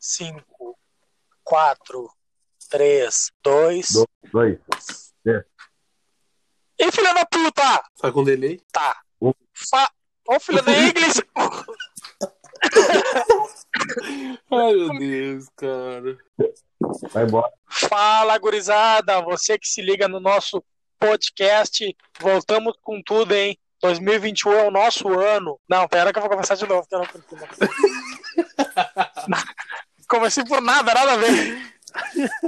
5, 4, 3, 2. Dois. Ih, filha da puta! Tá com delay? Tá. Um. Fa... Ô, filha da English! Ai, meu Deus, cara. Vai embora. Fala, gurizada! Você que se liga no nosso podcast. Voltamos com tudo, hein? 2021 é o nosso ano. Não, pera que eu vou começar de novo. que eu não continuo. Comecei por nada, nada a ver.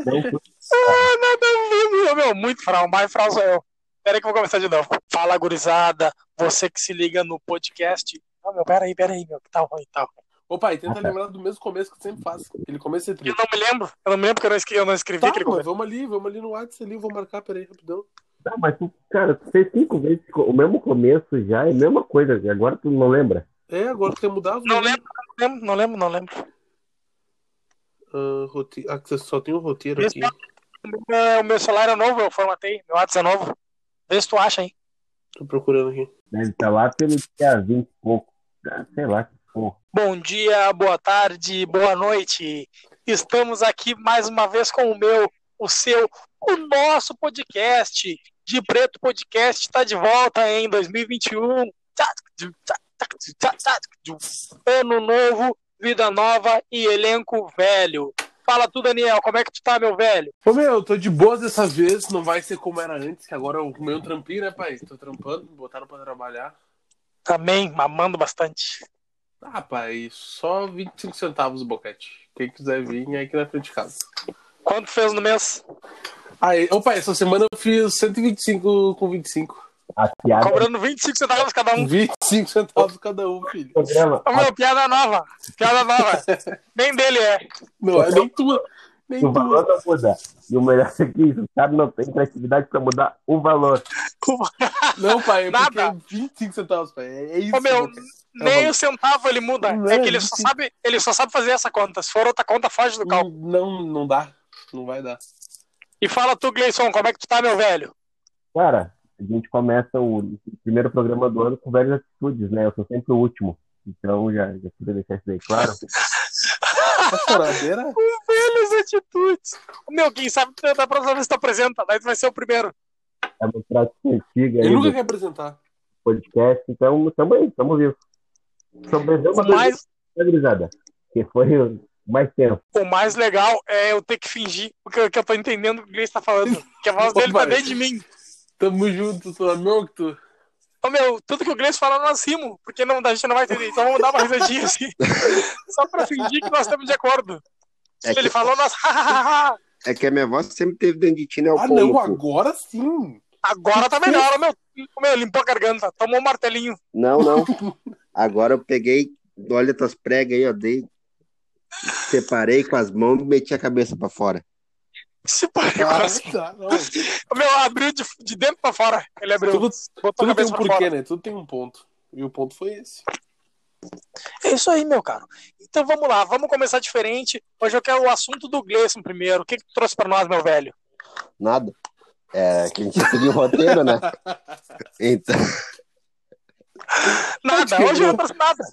Não, tu- Ah, nada a ver, meu, meu, muito frau, mais frau sou eu. Pera aí que eu vou começar de novo. Fala, gurizada, você que se liga no podcast. Não, meu, pera aí, pera aí, meu, que tá ruim, tá ruim. Ô, pai, tenta lembrar do mesmo começo que tu sempre faz. Ele começa entre. Eu não me lembro, eu não me lembro que eu não escrevi, eu não escrevi é Tá, aquele mano, começo. vamos ali, vamos ali no WhatsApp ali, eu vou marcar, peraí, rapidão. Tá, mas tu, cara, tu fez cinco vezes co- o mesmo começo já, é a mesma coisa. e Agora tu não lembra. É, agora tu quer mudar? vamos Não ali. lembro, não lembro, não lembro, não lembro. Ah, rote... ah, que você só tem um roteiro Esse aqui. É, O meu celular é novo, eu formatei, meu WhatsApp é novo. Vê se tu acha, hein? Tô procurando aqui. Deve estar lá pelo dia 20 e pouco. Ah, Sei lá que porra. Bom dia, boa tarde, boa noite. Estamos aqui mais uma vez com o meu, o seu, o nosso podcast. De Preto Podcast está de volta em 2021. Ano novo, vida nova e elenco velho. Fala tu, Daniel, como é que tu tá, meu velho? Ô, meu, eu tô de boas dessa vez, não vai ser como era antes, que agora eu comi um trampinho, né, pai? Tô trampando, me botaram pra trabalhar. Também, mamando bastante. Ah, pai, só 25 centavos o boquete. Quem quiser vir é aqui na frente de casa. Quanto fez no mês? Aí, ô, pai, essa semana eu fiz 125 com 25. A piada do Cobrando 25 centavos cada um. 25 centavos cada um, filho. programa. Ô, meu, piada nova. Piada nova. Nem dele é. Não, é nem tua. Nem O valor tua. não muda. E o melhor é que o cara não tem criatividade pra mudar o valor. Não, pai, é porque Nada. é 25 centavos, pai. É é isso. Ô, meu, boquete. Nem bom. o centavo ele muda. Não, é que ele não só, tem. sabe, ele só sabe fazer essa conta. Se for outra conta, foge do cálculo. Não, não dá. Não vai dar. E fala tu, Gleison, como é que tu tá, meu velho? Cara, a gente começa o primeiro programa do ano com várias atitudes, né? Eu sou sempre o último. Então já, já queria deixar isso aí claro. Ah. A Tá choradeira? Velhas atitudes. Ô, Meu, quem sabe tu- da próxima vez tu apresenta, daí tu vai ser o primeiro. É uma prática antiga aí Ele nunca do quer apresentar. podcast. Então estamos aí, estamos vivos. Sobreviveu uma coisa Mas grisada, que foi o mais tempo. o mais legal é eu ter que fingir o que, que eu tô entendendo o que o Gleison tá falando. Que a voz Ô, dele tá pai. dentro de mim. Tamo junto, sou amigo que tu. Ô, meu, tudo que o Gleison fala nós rimos, porque não, a gente não vai entender. Então vamos dar uma risadinha assim, só pra fingir que nós estamos de acordo. É Ele que, falou, nós, é que a minha voz sempre teve dentro de ti, né? O Ah, pau não, no cu. agora sim. agora tá melhor, ô, meu. Ô, Meu, limpou a garganta, tomou um martelinho. Não, não. Agora eu peguei, olha tuas pregas aí, ó, dei, separei com as mãos e meti a cabeça pra fora. Se pariu. Ah, tá, não. Meu, abriu de, de dentro pra fora. Ele abriu. Tudo, botou a tudo tem cabeça um pra porquê, fora. né? Tudo tem um ponto. E o ponto foi esse. né? É isso aí, meu caro. Então vamos lá, vamos começar diferente. Hoje eu quero o assunto do Gleison primeiro. O que, que tu trouxe pra nós, meu velho? Nada. É, que a gente seguiu o roteiro, né? Então, Nada, hoje eu não trouxe nada.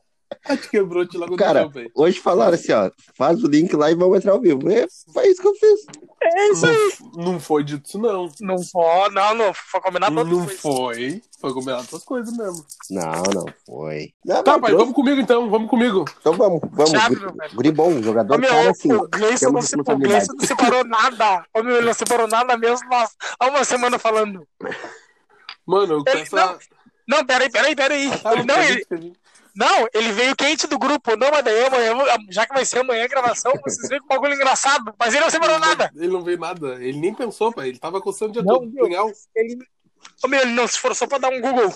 Ah, te quebrou, te logo Cara, do velho. hoje falaram assim, ó, faz o link lá e vamos entrar ao vivo. É, foi isso que eu fiz. É isso aí. Não, não foi dito isso, não. Não foi, não, não. Tá Foi combinado tudo Não isso. foi. Foi combinar outras coisas mesmo. Não, não foi. Não, Tá, mas pai, trouxe, vamos comigo então, vamos comigo. Então vamos, vamos. Chave, Guri- meu velho. Guri bom, jogador, Ô, meu, cara, assim, o Gleison não, temos se, o responsabilidade. Gleison não separou nada. Ô, meu, ele não separou nada mesmo. Nós, há uma semana falando. Mano, eu Ele peço a. Não, peraí, peraí, peraí. Tá, Ele- não, tá, ele, Não, ele veio quente do grupo. Não, mas daí amanhã, já que vai ser amanhã a gravação, vocês veem que bagulho engraçado. Mas ele não separou nada. Ele não veio nada. Ele nem pensou, pai. Ele tava coçando o dia Não, todo. meu. Punhal. Ele... Ô, meu, ele não se esforçou pra dar um Google.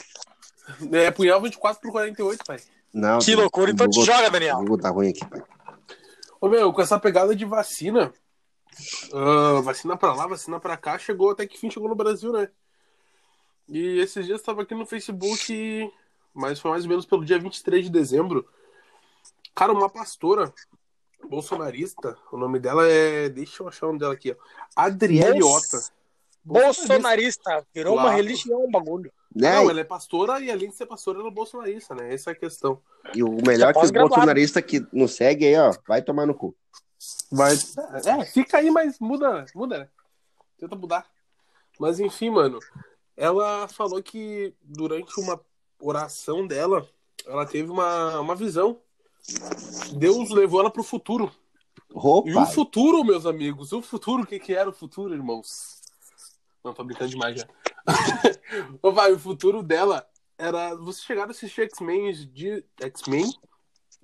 É, punhal 24 por 48, pai. Não, Que loucura. Então te Google- joga, Daniel. Google tá ruim aqui, pai. Ô, meu, com essa pegada de vacina, ah, vacina pra lá, vacina pra cá, chegou até que fim, chegou no Brasil, né? E esses dias tava aqui no Facebook, e- mas foi mais ou menos pelo dia 23 de dezembro. Cara, uma pastora bolsonarista, o nome dela é. Deixa eu achar o nome dela aqui, ó. Adriele Nossa. Ota. Bolsonarista. Virou uma Claro. religião um bagulho. Né? Não, ela é pastora e além de ser pastora, ela é bolsonarista, né? Essa é a questão. E o melhor é que os Pós-graduado. bolsonaristas que nos seguem aí, ó, vai tomar no cu. Vai. É, fica aí, mas muda, muda, né? Tenta mudar. Mas enfim, mano. Ela falou que durante uma oração dela, ela teve uma, uma visão. Deus levou ela pro futuro. E o Roupa. futuro, meus amigos? O futuro, o que, que era o futuro, irmãos? Não, tô brincando demais já. Ô, vai, o futuro dela era. Vocês chegaram a assistir X-Men de... X-Men?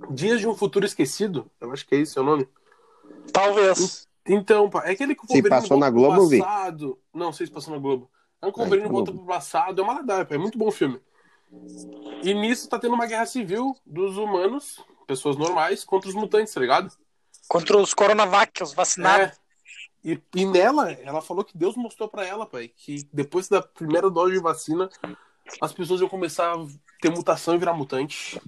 Dias de um Futuro Esquecido? Eu acho que é esse o nome. Talvez. Então, pá, é aquele que o Se Wolverine passou na volta pro Globo, eu vi. passado. Não, sei se passou na Globo. É um que o É, Wolverine Globo. volta pro passado, é uma ladaia, pá, é muito bom o filme. E nisso tá tendo uma guerra civil dos humanos, pessoas normais, contra os mutantes, tá ligado? Contra os Coronavac, os vacinados. É. E, e nela, ela falou que Deus mostrou pra ela, pai, que depois da primeira dose de vacina, as pessoas iam começar a ter mutação e virar mutante.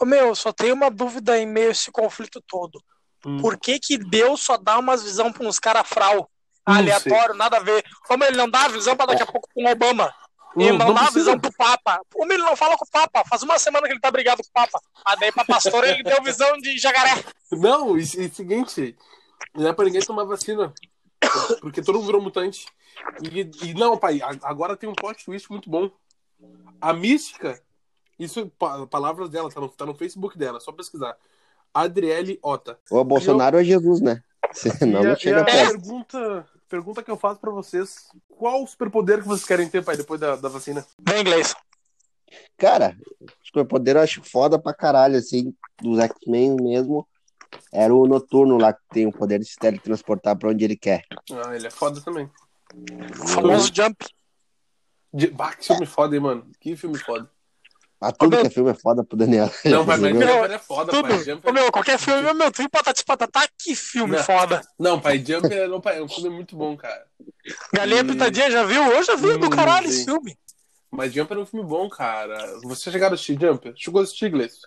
Ô, Meu, só tenho uma dúvida em meio a esse conflito todo. Hum. Por que que Deus só dá umas visão pra uns caras frau? Não Aleatório, nada a ver. Como ele não dá a visão pra daqui a pouco com o Obama. Ele Hum, não, dá a visão pro Papa. Como ele não fala com o Papa? Faz uma semana que ele tá brigado com o Papa. Ah, daí pra pastor ele deu visão de jacaré. Não, e, e seguinte, não é pra ninguém tomar vacina. Porque todo mundo virou mutante. E, e não, pai, a- agora tem um plot twist muito bom. A mística, isso, pa- palavras dela, tá no, tá no Facebook dela, é só pesquisar. Adriele Ota. Ou é Bolsonaro ou é Jesus, né? e a, Senão não e a chega perto. pergunta, pergunta que eu faço pra vocês: qual o superpoder que vocês querem ter, pai, depois da, da vacina? Vem, inglês. Cara, superpoder eu acho foda pra caralho, assim, dos X-Men mesmo. Era o noturno lá que tem o poder de se teletransportar pra onde ele quer. Ah, ele é foda também. O famoso jump. De, bah, que filme foda, hein, mano? Que filme foda. Ah, tudo Ô, que é filme é foda pro Daniel. Não, mas, mas Entendeu? Jumper é foda, pai. Tudo. Jumper Ô, meu, qualquer filme, é meu, tu viu Patati Patatá? Que Tá filme Não. foda. Não, pai, Jumper não, pai, é um filme muito bom, cara. Galinha Hum. Pintadinha já viu? Eu já vi do Hum, caralho sim. esse filme. Mas Jumper é um filme bom, cara. Você chegaram a assistir Jumper? Chegou a assistir inglês?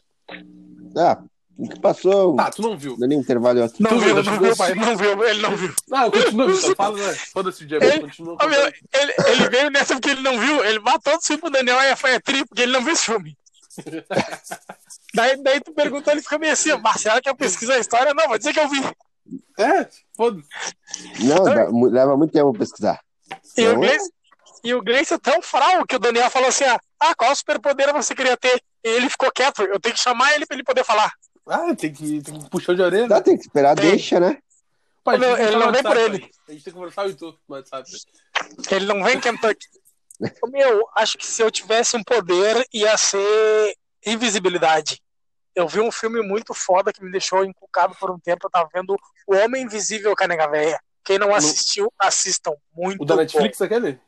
Ah, o que passou? Tá, tu não viu. Dando um intervalo eu aqui. Não Tu viu, viu, não tu viu, viu? pai. Não viu, ele não viu. Não, continua, Vitor. Fala, né? Foda-se Jumper, Ele- continua. Ô, meu, ele, ele veio nessa porque ele não viu. Ele matou todo filme pro Daniel aí foi a tri, porque ele não viu esse filme. Daí, daí tu pergunta, ele fica meio assim, mas será que eu pesquiso a história? Não, vou dizer que eu vi. É, foda-se. Não, dá- mu- leva muito tempo pra pesquisar. E o Então, Gleice, e o Gleice é tão frau que o Daniel falou assim: ah, ah, qual superpoder você queria ter? E ele ficou quieto, eu tenho que chamar ele pra ele poder falar. Ah, tem que, tem que puxar de orelha. tá, tem que esperar, É. Tem. deixa, né? Pai, a gente Não, tem que ele não vem conversar, por ele. pai. A gente tem que conversar o YouTube no WhatsApp. Ele não vem em Kentucky. Ô, Meu, acho que se eu tivesse um poder, ia ser invisibilidade. Eu vi um filme muito foda que me deixou encucado por um tempo. Eu tava vendo O Homem Invisível Canega Véia. Quem não assistiu, assistam. Muito O da bom. Netflix, Ah, aquele?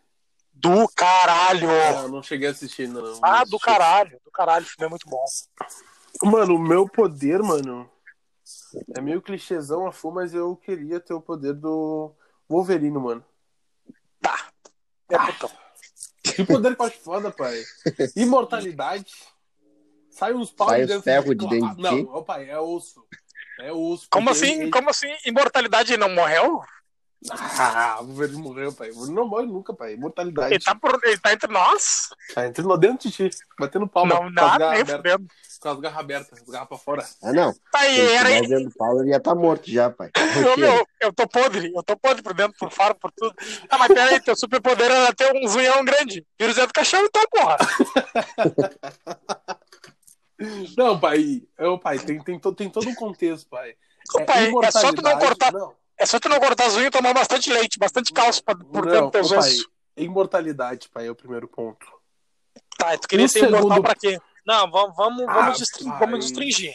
Do caralho. Não, não cheguei a assistir ainda, não. Ah, Não do assisti. caralho. Do caralho, o filme é muito bom. tipo, Mano, o meu poder, mano. É meio clichêzão a full, mas eu queria ter o poder do Wolverine, mano. Tá. É Ah, putão. Que poder que eu acho foda, pai. Imortalidade. Sai uns pau Sai de os dentro do- ferros de dentro de Não, ti. ó, pai, é osso. É osso. Como porque assim? ele- Como assim? Imortalidade não morreu? Ah, o Wolverine morreu, pai. O Wolverine não morre nunca, pai. Imortalidade. Ele tá, por- ele tá entre nós? Tá entrando lá dentro de ti. Batendo palma. Não, com, as nada, garras nem abertas, fudendo. com as garras abertas, as garras pra fora. Ah, não. Se Tá aí, ele era estiver dentro do Paulo, ele ia tá morto já, pai. Ô, meu, eu tô podre, eu tô podre por dentro, por fora, por tudo. Ah, mas peraí, teu superpoder era ter um zunhão grande. Vira o Zé do Caixão, então, porra. Não, pai. Eu, pai, tem, tem, to- tem todo um contexto, pai. Ô, pai, é só tu não imortalidade- né? cortar- Não, É só tu não cortar zunho e tomar bastante leite, bastante cálcio pra, por dentro não dos teus ô, pai. é ossos. Imortalidade, pai, é o primeiro ponto. Tá, e tu queria Um ser imortal segundo. pra quê? Não, vamos, vamos, Ah, vamos, destrin- pai. vamos destringir.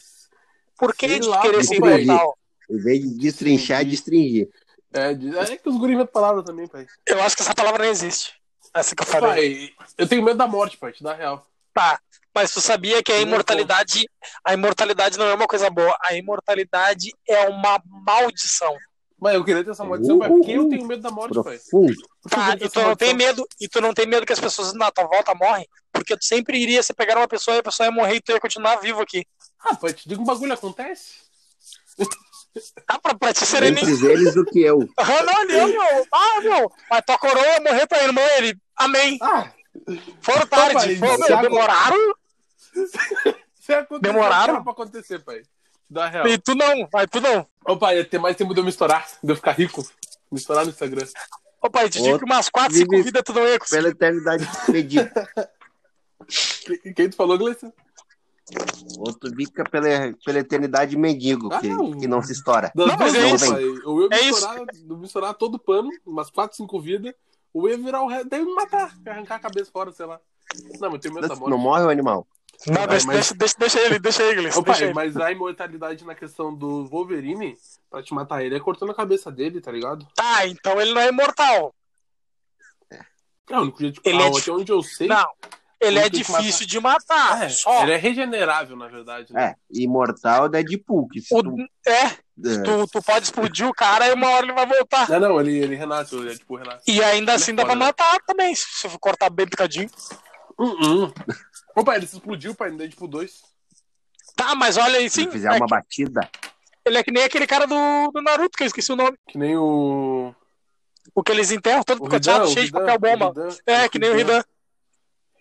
Por que Sei de lá, querer ser pai. imortal? Em vez de destrinchar, é destringir. É, de- é que os guris inventam palavra também, pai. Eu acho que essa palavra não existe. Essa que eu falei. Pai, eu tenho medo da morte, pai, te dá real. Tá, mas tu sabia que a Muito imortalidade, a imortalidade não é uma coisa boa, a imortalidade é uma maldição. Mas eu queria ter essa maldição, pai, porque eu tenho medo da morte, pai. Profundo. Eu Tá, queria ter e essa tu não tem maldição. medo, e tu não tem medo que as pessoas na tua volta morrem, porque tu sempre iria se pegar uma pessoa e a pessoa ia morrer e tu ia continuar vivo aqui. Ah, pai, te digo um bagulho, acontece? Tá pra, pra te serenin... Entre eles do que eu. Ah, não, não, meu. Ah, meu. Mas tua coroa ia morrer pra irmã, ele. Amém. Ah, Foram Não, tarde. Então, mas Pô, meu, se agora- demoraram. se aconteceu, Demoraram? era pra acontecer, pai. Te dá a real. E tu não, vai, tu não. Opa, ia ter mais tempo de eu me estourar, de eu ficar rico. Me estourar no Instagram. Ô, pai, te digo Outro que umas 4, 5 nível. vidas tu não ia conseguir. Pela eternidade despedida. Quem- Quem tu falou, Gleison? Outro bica pela, pela eternidade mendigo, que, Ah, o- que não se estoura. Das Não, mas duas, é não, isso. pai. Ou eu É me estourar, eu me estourar todo pano, umas 4, 5 vidas, ou eu ia virar o resto, daí eu me matar, arrancar a cabeça fora, sei lá. Não, mas tem medo tá da Não, morte. não morre o animal. Não, Vai, deixa, mas- deixa, deixa, deixa ele, deixa ele, Gleice, Ô, pai, deixa ele. mas a imortalidade na questão do Wolverine, pra te matar ele, é cortando a cabeça dele, tá ligado? Tá, então ele não é imortal. Não, o único jeito de Ele é ah, de- até onde eu sei. Não. Ele Ele é tem que difícil de Ah, matar. é. Só. Ele é regenerável, na verdade, né? É, imortal é Deadpool. Que se O- tu, É, é, tu, tu pode explodir o cara e uma hora ele vai voltar. Não, não, ele, ele renasce, ele é tipo renasce. E ainda Ele assim é dá pra foda, né? matar também, se você cortar bem picadinho. Hum, hum. Ô, pai, ele se explodiu, pai, no Deadpool 2. Tá, mas olha aí, se sim. tu fizer é uma que- batida, ele é que nem aquele cara do, do Naruto, que eu esqueci o nome. Que nem o. O que eles enterram todo O picoteado, Hidan, cheio de o Hidan, papel bomba. o Hidan, É, o que nem o Hidan. Ridan.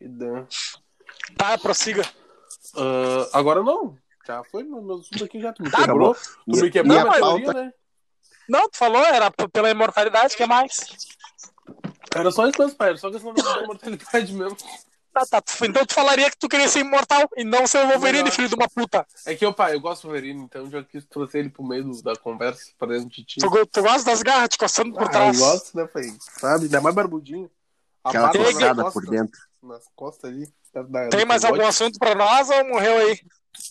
Hidan. Tá, prossiga. Ah, agora não. Já foi, meu meu assunto aqui já. Tu me Tá quebrou. Tu me Minha- quebrou minha a teoria, pauta. né? Não, tu falou, era p- pela imortalidade, que é mais. Era só isso mesmo, pai. Era só questão da imortalidade mesmo. Tá, tá. tu- Então tu falaria que tu queria ser imortal e não ser o Wolverine, Melhor. filho de uma puta. É que, ô, pai, eu gosto do Wolverine, então já quis trazer ele pro meio do- da conversa, pra dentro de ti. Tu, go- tu gosta das garras te coçando por Ah, eu trás. gosto, né, pai? Sabe? Ainda mais barbudinho. A aquela barba na coçada costa, por dentro. Nas costas ali. da- da- Tem do mais cangote. algum assunto pra nós ou morreu aí?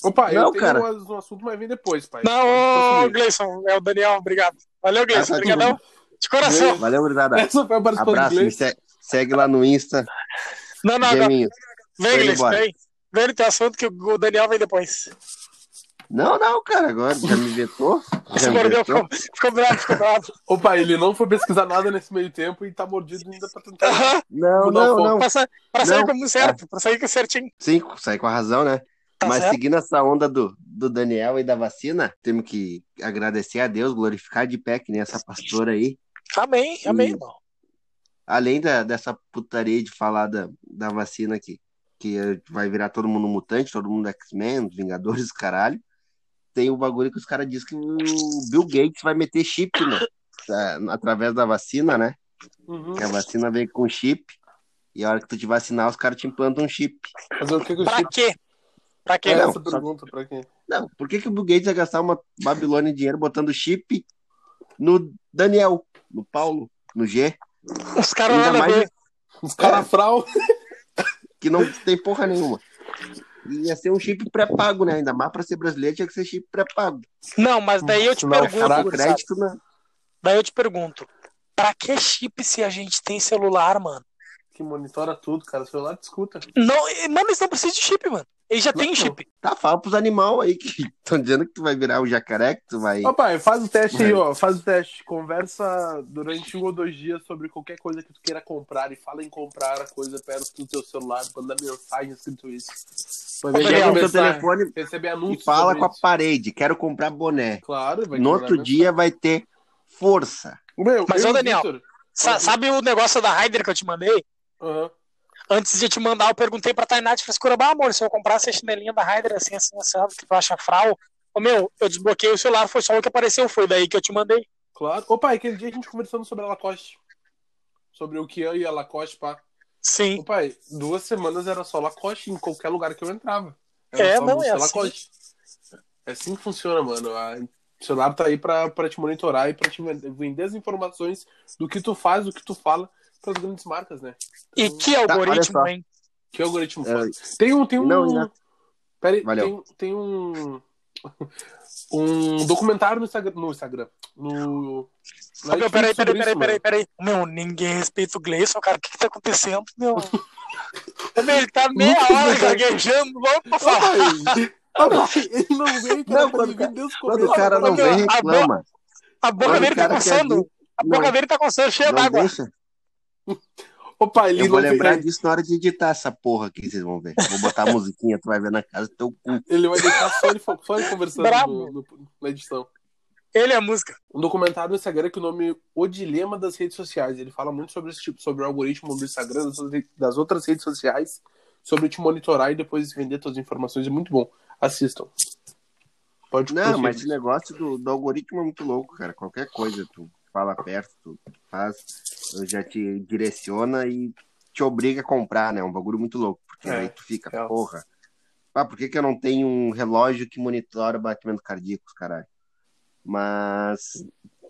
Ô, pai, Não, eu tenho cara. umas- um assunto, mas vem depois, pai. Não, ô, Continue. Gleison, é o Daniel, obrigado. Valeu, Gleison, Essa é aqui, obrigadão. De coração. Valeu, É, gurizada. Essa foi a participação do Abraço, me Gleice. se- segue lá no Insta, Não, não, não. Geminho. Vem, indo Gleison, embora. vem. Vem no teu assunto que o Daniel vem depois. Não, não, cara, agora já me vetou. Se Já me mordeu, vetou. ficou, ficou bravo, ficou bravo. Ô, pai, ele não foi pesquisar nada nesse meio tempo e tá mordido ainda pra tentar. Aham, Não, Mudar o não, foco. não. pra, sa- pra sair Não. é. como certo, pra sair com certinho. Sim, sai com a razão, né? Tá Mas certo? seguindo essa onda do, do Daniel e da vacina, temos que agradecer a Deus, glorificar de pé, que nem essa pastora aí. Amém, amém, Hum. irmão. Além da, dessa putaria de falar da, da vacina que, que vai virar todo mundo mutante, todo mundo X-Men, Vingadores, caralho. Tem o bagulho que os caras dizem que o Bill Gates vai meter chip, né? Tá, Através da vacina, né? Uhum. Que a vacina vem com chip. E a hora que tu te vacinar, os caras te implantam um chip. Fazer o que Hum. que o Pra Chico quê? Pra quê? é Não, essa só- pergunta pra quem? Não, por que, que o Bill Gates ia gastar uma Babilônia de dinheiro botando chip no Daniel, no Paulo, no G, Os caras Ainda nada a mais ver. Os caras frau. que não tem porra nenhuma? E Ia ser um chip pré-pago, né? Ainda mais pra ser brasileiro tinha que ser chip pré-pago. Não, mas daí eu te Não, pergunto, Acabar o gurizada. crédito, né? Daí eu te pergunto, pra que chip se a gente tem celular, mano? Que monitora tudo, cara. O celular te escuta. Não, e- mano, eles não precisam de chip, mano. Eles já Não, têm não. chip. Tá, fala pros animal aí que estão dizendo que tu vai virar o jacaré, que tu vai. Ô, pai, faz o teste aí, ó. Faz o teste. Conversa durante um ou dois dias sobre qualquer coisa que tu queira comprar e fala em comprar a coisa perto do teu celular, manda mensagem escrito isso. Vai ver, Daniel, vai Pega o teu começar a telefone receber e anúncios. fala sobre com a isso. parede. Quero comprar boné. Claro, vai No mandar outro mensagem. dia vai ter força. Meu, Mas, eu ô, e o Daniel. Victor- Sa- Uhum. sabe o negócio da Raider que eu te mandei? Aham. Antes de te mandar, eu perguntei pra Tainá de frescura, bah, amor, se eu comprasse a chinelinha da Raider assim, assim, assado, que tu acha fral? Ô, meu, eu desbloqueei o celular, foi só o que apareceu, foi daí que eu te mandei. Claro. Ô, pai, aquele dia a gente conversando sobre a Lacoste. Sobre o que eu e a Lacoste, pá. Ô, Sim. pai, duas semanas era só Lacoste em qualquer lugar que eu entrava. É, só não, anúncio é da assim. Lacoste. É assim que funciona, mano. A- O celular tá aí pra, pra te monitorar e pra te ven- vender as informações do que tu faz, do que tu fala pras grandes marcas, né? E que algoritmo, Tá, olha só. hein? Que algoritmo É, foda. Tem um. Tem um... Não, não. Pera aí, Valeu. Tem, tem um. Um documentário no Instagram. No. Instagram, no... é Ô, meu, Netflix peraí, peraí, sobre isso, peraí, mano. peraí, peraí. Meu, ninguém respeita o Gleison, cara. O que que tá acontecendo, meu? Ô, meu, Ele tá meia Muito hora bem. gaguejando, louco pra falar. Ah, mas ele não vem, cara. Não, pra quando mim o cara- vem desde o Quando o começo. cara não Porque vem, a boa- reclama. A boca Olha, dele o tá cara quer coçando. vir, A boca não. dele tá coçando, cheia Não d'água. deixa. Opa, ele Eu não vou vem. lembrar disso na hora de editar essa porra aqui, vocês vão ver. Vou botar a musiquinha, tu vai ver na casa do teu cu. Ele vai deixar só ele, fo- só ele conversando Brabo. no- no- na edição. Ele é a música. Um documentário no Instagram que o nome O Dilema das Redes Sociais. Ele fala muito sobre esse tipo, sobre o algoritmo do Instagram, das outras- das outras redes sociais, sobre te monitorar e depois vender todas as informações. É muito bom. Assistam. Pode Não, prosseguir. mas né, esse negócio do, do algoritmo é muito louco, cara. Qualquer coisa tu fala perto, tu faz, já te direciona e te obriga a comprar, né? É um bagulho muito louco, porque É, aí tu fica, é. porra. Ah, por que, que eu não tenho um relógio que monitora batimento cardíaco, caralho? Mas.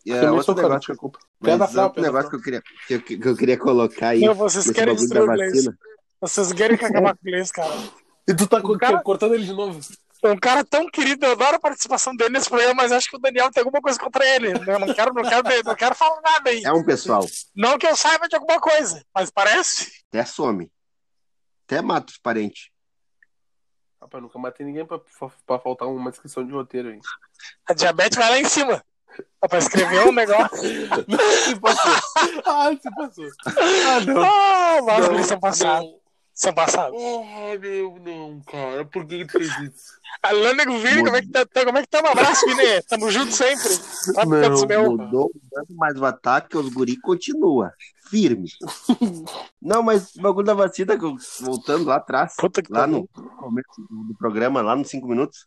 É, Também outro sou negócio, fanático, desculpa. mas é Piada fraca, outro piada negócio que eu, queria, que, eu, que eu queria colocar aí. Não, vocês nesse querem bagulho da destruir o inglês. vacina. Vocês querem que acabar com o inglês, cara. E tu tá co- Cara- cortando ele de novo. Um cara tão querido, eu adoro a participação dele nesse programa, mas acho que o Daniel tem alguma coisa contra ele. né? Eu não quero, não quero, não quero falar nada aí. É um pessoal. Não que eu saiba de alguma coisa, mas parece. Até some. Até mata os parentes. Rapaz, nunca matei ninguém pra, pra faltar uma descrição de roteiro aí. A diabetes vai lá em cima. Dá pra escrever um negócio. se passou. Ah, se passou. Ah, não. Ah, nossa, Não, eles são passados. não. São passados. Oh, meu, não, cara. Por que que tu fez isso? Alô, nego Vini, como é que tá? tá- Como é que tá? Um abraço, Vini. Tamo junto sempre. Tá Não, todos meu. Mudou tanto, mas o ataque aos guri continua. Firme. Não, mas o bagulho da vacina, que eu- voltando lá atrás, Puta que lá pariu. no começo do do programa, lá nos 5 minutos,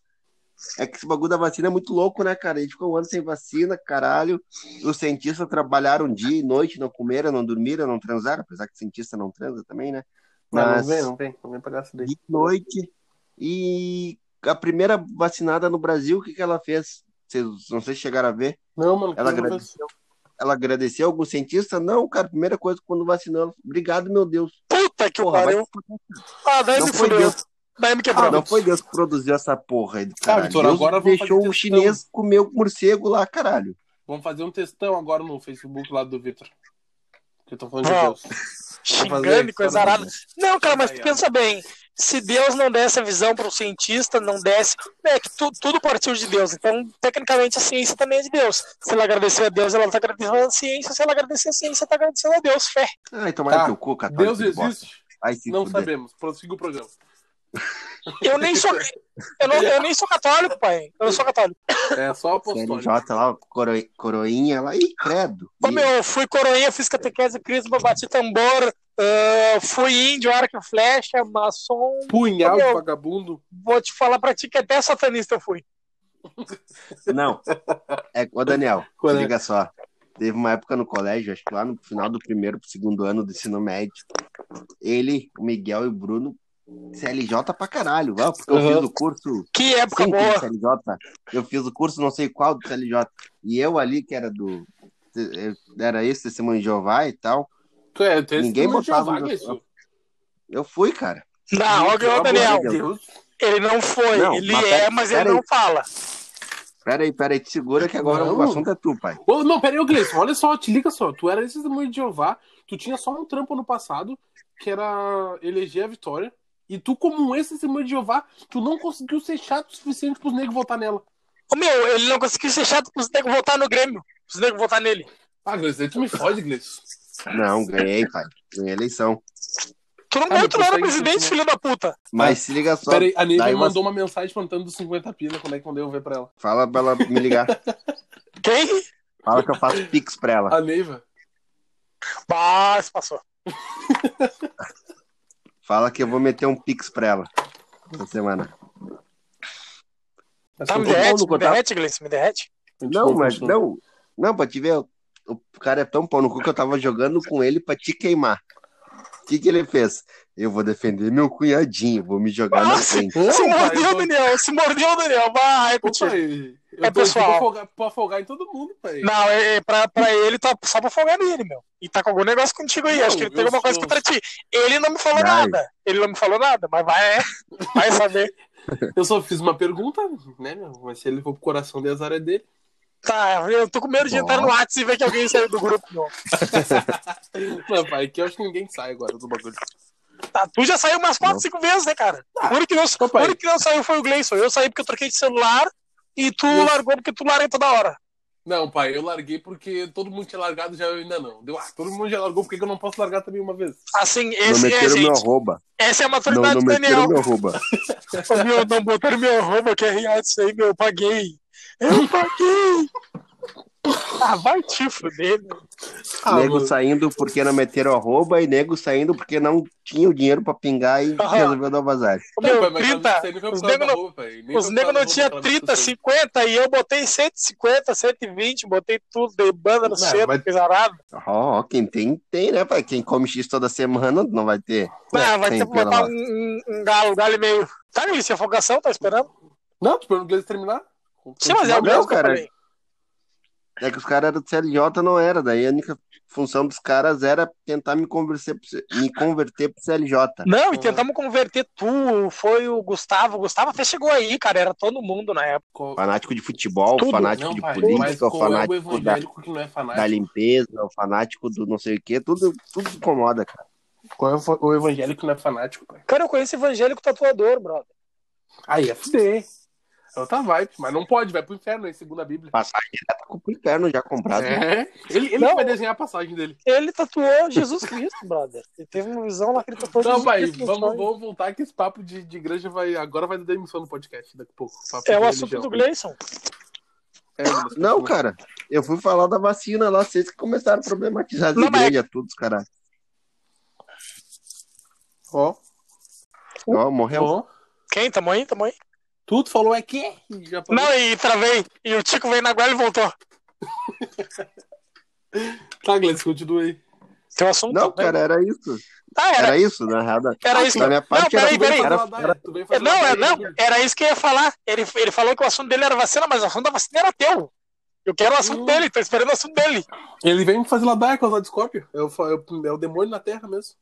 é que esse bagulho da vacina é muito louco, né, cara? A gente ficou um ano sem vacina, caralho. Os cientistas trabalharam dia e noite, não comeram, não dormiram, não transaram, apesar que cientista não transa também, né? Não, não Mas vem, não vem. Não vem pra graça dele. de noite. E a primeira vacinada no Brasil, o que, que ela fez? Vocês não sei se chegaram a ver. Não, mano. Ela que não agradeceu. ela agradeceu algum cientista? Não, cara, primeira coisa quando vacinou, ela, obrigado, meu Deus. Puta que Porra, pariu. Ah, daí Não me foi fudeu. Deus. Daí me Ah, quebrou. não foi Deus que produziu essa porra aí do Tá, caralho. Vitor, Deus agora vamos deixou fazer o questão. chinês comer o morcego lá, caralho. Vamos fazer um textão agora no Facebook lá do Victor. Que eu tô falando de Vamos. Deus. Tá, Xingando e coisa Fazer. arada. Não, cara, mas Aí, tu ó. pensa bem. Se Deus não desse a visão para o cientista, não desse. É que tu- tudo partiu de Deus. Então, tecnicamente, a ciência também é de Deus. Se ela agradecer a Deus, ela tá agradecendo a ciência. Se ela agradecer a ciência, tá agradecendo a Deus. Fé. Ai, tomara Tá, teu cu, católico. Deus de bosta. existe? Ai, se Não fuder. sabemos. Prossiga o programa. Eu nem sou. Eu, não- eu nem sou católico, pai. Eu não sou católico. É só apostólico. CNJ lá, coro- coroinha lá, ih, credo. Ô, Ih, meu, eu fui coroinha, fiz catequese, crisma, bati tambor, ah, fui índio, arco e flecha, maçom. Punhal Ô, de meu. vagabundo. Vou te falar pra ti que até satanista eu fui. Não. É, ô, Daniel, Qual se é? liga só. Teve uma época no colégio, acho que lá no final do primeiro pro segundo ano do ensino médio, ele, o Miguel e o Bruno, CLJ pra caralho, ó, porque eu Aham. fiz o curso Que época Sim, tem boa. CLJ. Eu fiz o curso não sei qual do CLJ. E eu ali, que era do. Era esse testemunho de Jeová e tal. Tu é, tu é Ninguém testemunho de botava Jeová, no- que é isso? Eu fui, cara. Não, Gente, olha o pelo Daniel. amor de Deus. Ele não foi, Não, ele mas é, pera- mas pera ele aí. não fala. Peraí, peraí, te segura que agora Não. o assunto é tu, pai. Ô, não, peraí, ô Gleison, olha só, te liga só. Tu era esse testemunho de Jeová, tu tinha só um trampo no passado, que era eleger a vitória. E tu, como esse testemunho de Jeová, tu não conseguiu ser chato o suficiente pros negros votar nela. Ô, meu, ele não conseguiu ser chato pros negros votar no Grêmio. Os negros votar nele. Ah, Gleison, aí tu me fode, Gleison. Não, ganhei, pai. Ganhei a eleição. Tu não Ah, ganhou, tu não mas era consegue presidente, ser, filho da puta. Ah, Mas se liga só. Peraí, a Nívia daí me uma- mandou uma mensagem perguntando dos 50 pila, quando é que eu devo ver pra ela? Fala pra ela me ligar. Quem? Fala que eu faço pix pra ela. A Neiva. Ah, se passou. Fala que eu vou meter um pix pra ela. Essa semana. Mas Tá, eu me vou- bom, derrete, não me contava. derrete, Gleice, me derrete. Não, mas Continua, não. Não, pra te ver, o- o cara é tão pau no cu que eu tava jogando com ele pra te queimar. O que, que ele fez? Eu vou defender meu cunhadinho, vou me jogar na Nossa. frente. continua. se Não, pai, mordeu, eu tô- Daniel, se mordeu, Daniel. Vai, é Ô, contigo. pai, eu É tô aqui pessoal. pra folgar, pra folgar em todo mundo, pai. Não, é, é, pra, pra ele tá só pra folgar nele, meu. E tá com algum negócio contigo aí. Não, Acho que ele tem eu alguma coisa sou- contra ti. Ele não me falou Vai. nada. Ele não me falou nada, mas vai, é. Vai saber. Eu só fiz uma pergunta, né, meu? Mas se ele for pro coração de azar é dele. Tá, eu tô com medo de entrar no WhatsApp e ver que alguém saiu do grupo, meu. Não, pai, aqui eu acho que ninguém sai agora do bagulho. Tá, tu já saiu umas 4, Não. Tá. 5 vezes, né, cara? o, único que não, papai. o único que não saiu foi o Gleison. Eu saí porque eu troquei de celular e tu Isso. largou porque tu larga toda hora. Não, pai, eu larguei porque todo mundo tinha largado, já eu ainda não. Deu, ah, todo mundo já largou, por que que eu não posso largar também uma vez? Assim, Não esse é, meteram meu gente. arroba. Essa é a Não, maturidade não do Daniel. meteram meu arroba. Ô, meu, não botaram meu arroba, que é real isso aí, meu. Eu paguei. Eu paguei. Ah, vai te fuder, meu. Ah, nego mano. saindo porque não meteram arroba e nego saindo porque não tinha o dinheiro pra pingar e Aham. resolveu dar vazar. Ô, Não, Meu, pai, mas isso 30, aí nem foi por os causa nego da não- roupa, aí, nem os foi por nego não causa da roupa tinha que ela 30, botou. 50 e eu botei 150, 120, botei tudo, dei banda no Não, cedo, mas- coisa arada. Ó, ó, quem tem, tem, né, pai? Quem come X toda semana não vai ter. Não, É, vai tem, ter que pela botar um, voz. um- um galo, um galo e meio. Tá, isso é afogação, tá esperando? Não, tu esperando o Gleice terminar? Sim, mas é o Não, mesmo que eu cara. falei. É que os caras eram do CLJ, não era. Daí a única função dos caras era tentar me converter pro, C- me converter pro CLJ. Não, e Aham. tentamos converter tu, foi o Gustavo. O Gustavo até chegou aí, cara, era todo mundo na época. Qual- Fanático de futebol, Tudo. fanático Não, de pai, mas política, o qual é o fanático da, evangélico que não é da fanático? limpeza, o fanático do não sei o quê. Tudo, tudo incomoda, cara. Qual é o fa- o evangélico que não é fanático, pai? Cara, eu conheço evangélico tatuador, brother. Aí é fuder. É outra vibe, mas não pode, vai pro inferno aí, segundo a Bíblia. Passagem direto pro inferno já comprado. É, ele, ele Não. que vai desenhar a passagem dele. Ele tatuou Jesus Cristo, brother. Ele teve uma visão lá que ele tatuou Não, Jesus pai, Cristo. no vamos, sonho. vamos voltar que esse papo de, de igreja vai. Agora vai dar demissão no podcast daqui a pouco. papo É de o assunto religião. do Gleison. É, Gleice, Não, continua. cara, eu fui falar da vacina lá, vocês que começaram a problematizar as Não, mas- igrejas, tudo, cara. Ó, Ó, morreu. ó. Quem? Tamo aí? Tamo aí? Tudo falou é que. e Já falou. Não, e travei. E o Tico veio na guarda e voltou. Tá, Gleice, continua aí. Teu assunto? Não, né? cara, era isso. Ah, era, Era isso, na real. era isso. Da minha parte Não, era. peraí, Tu veio peraí. fazer era- uma daia, tu veio É, fazer uma Não, é, daia. não, era isso que eu ia falar. Ele, ele falou que o assunto dele era vacina, mas o assunto da vacina era teu. Eu quero o assunto Hum. dele, tô esperando o assunto dele. Ele vem fazer ladaia com os Scorpio. É o, fa- é o- é o demônio na Terra mesmo.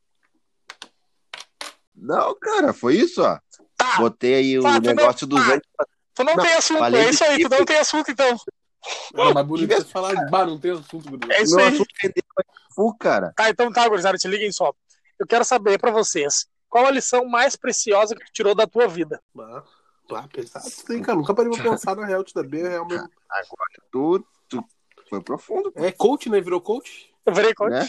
Não, cara, foi isso, ó. Tá, Botei aí o Ah, tu não- negócio dos Ah, anti. tu não, Não, tem assunto, falei é isso aí, de- tu não tem assunto então. Era mais bonito que vocês falarem. Bah, não tem assunto, guri. É isso Meu aí. assunto rendeu pra Fu, cara. Tá, então tá, gurizada, te liguem só. Eu quero saber pra vocês, qual a lição mais preciosa que tu tirou da tua vida? Bah, bah, pesado isso aí, cara. Nunca parei pra pensar na real te da B, é real mesmo. Agora tu, tu foi profundo, É coach, né? Virou coach? Eu virei coach. né?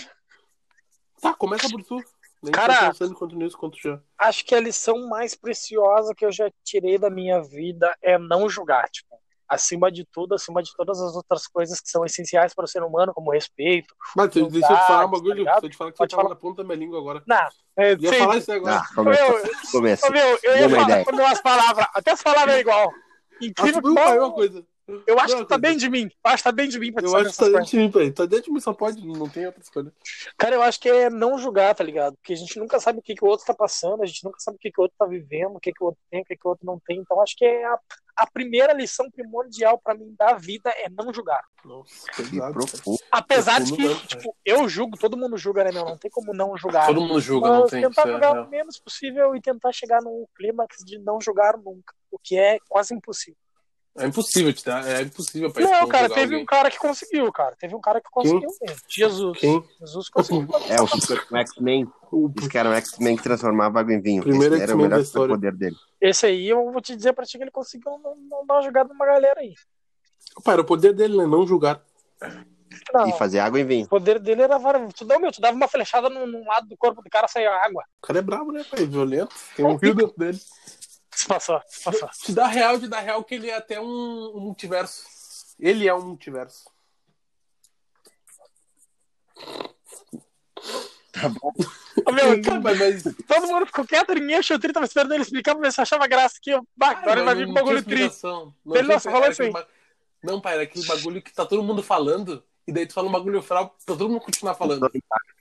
Tá, começa por tu. Nem Cara. tô pensando quanto nisso, quanto já. Acho que a lição mais preciosa que eu já tirei da minha vida é não julgar, tipo, acima de tudo, acima de todas as outras coisas que são essenciais para o ser humano, como respeito. Mas Não deixa, deixa eu te dá, falar tá um bagulho. ligado? deixa eu te falar que Pode você tava falar. na ponta da minha língua agora. Não, é, Ia sim. falar isso aí agora. Ah, começou. Meu, Começou. Ô, meu, eu Deu ia uma falar ideia. também umas palavras. Até as palavras é igual. Ah, Incrível tu que viu, pai, uma bom. coisa. Eu acho que Não, tá cara. bem de mim. Eu acho que tá bem de mim pra tu Eu saber acho que tá essas coisas. dentro de mim, pai. Tá dentro de mim, só pode, não tem outra escolha. Cara, eu acho que é não julgar, tá ligado? Porque a gente nunca sabe o que, que o outro tá passando, a gente nunca sabe o que, que o outro tá vivendo, o que, que o outro tem, o que, que o outro não tem. Então acho que é a, a primeira lição primordial pra mim da vida é não julgar. Nossa, Que pesado. cara. profundo. Apesar de Profundo que, mesmo, tipo, eu julgo, todo mundo julga, né, meu? Não tem como não julgar. Todo mundo julga, Mas não tem. tentar isso é julgar o real. menos possível e tentar chegar num clímax de não julgar nunca, o que é quase impossível. É impossível te dar. É impossível, pai. Não, tu cara, julgar teve um alguém. cara que conseguiu, cara. Teve um cara que conseguiu mesmo. Jesus. Quem? Jesus conseguiu. É o Super o X-Men. O Diz que era o X-Men que transformava água em vinho. Primeiro Esse era o X-Men da melhor história. superpoder dele. Esse aí eu vou te dizer pra ti que ele conseguiu não, não dar uma jogada numa galera aí. Pai, era o poder dele, né? Não julgar. Não. E fazer água em vinho. O poder dele era. var- Tu, não, meu, tu dava uma flechada num, num lado do corpo do cara saía água. O cara é brabo, né, pai? Violento. Tem um rio dentro dele. Se passou, se passou. Te dá real, te dá real que ele é até um, um multiverso. Ele é um multiverso. Ô, meu, Tá, pai, mas. todo mundo ficou quieto, ninguém achou tri, tava esperando ele explicar pra ver se achava graça aqui. Bah, agora ele vai vir com um não tinha bagulho tri. explicação. Ele tinha não falou era isso aquele aí. ba- Não, pai, era aquele bagulho que tá todo mundo falando, e daí tu fala um bagulho fral pra todo mundo continuar falando.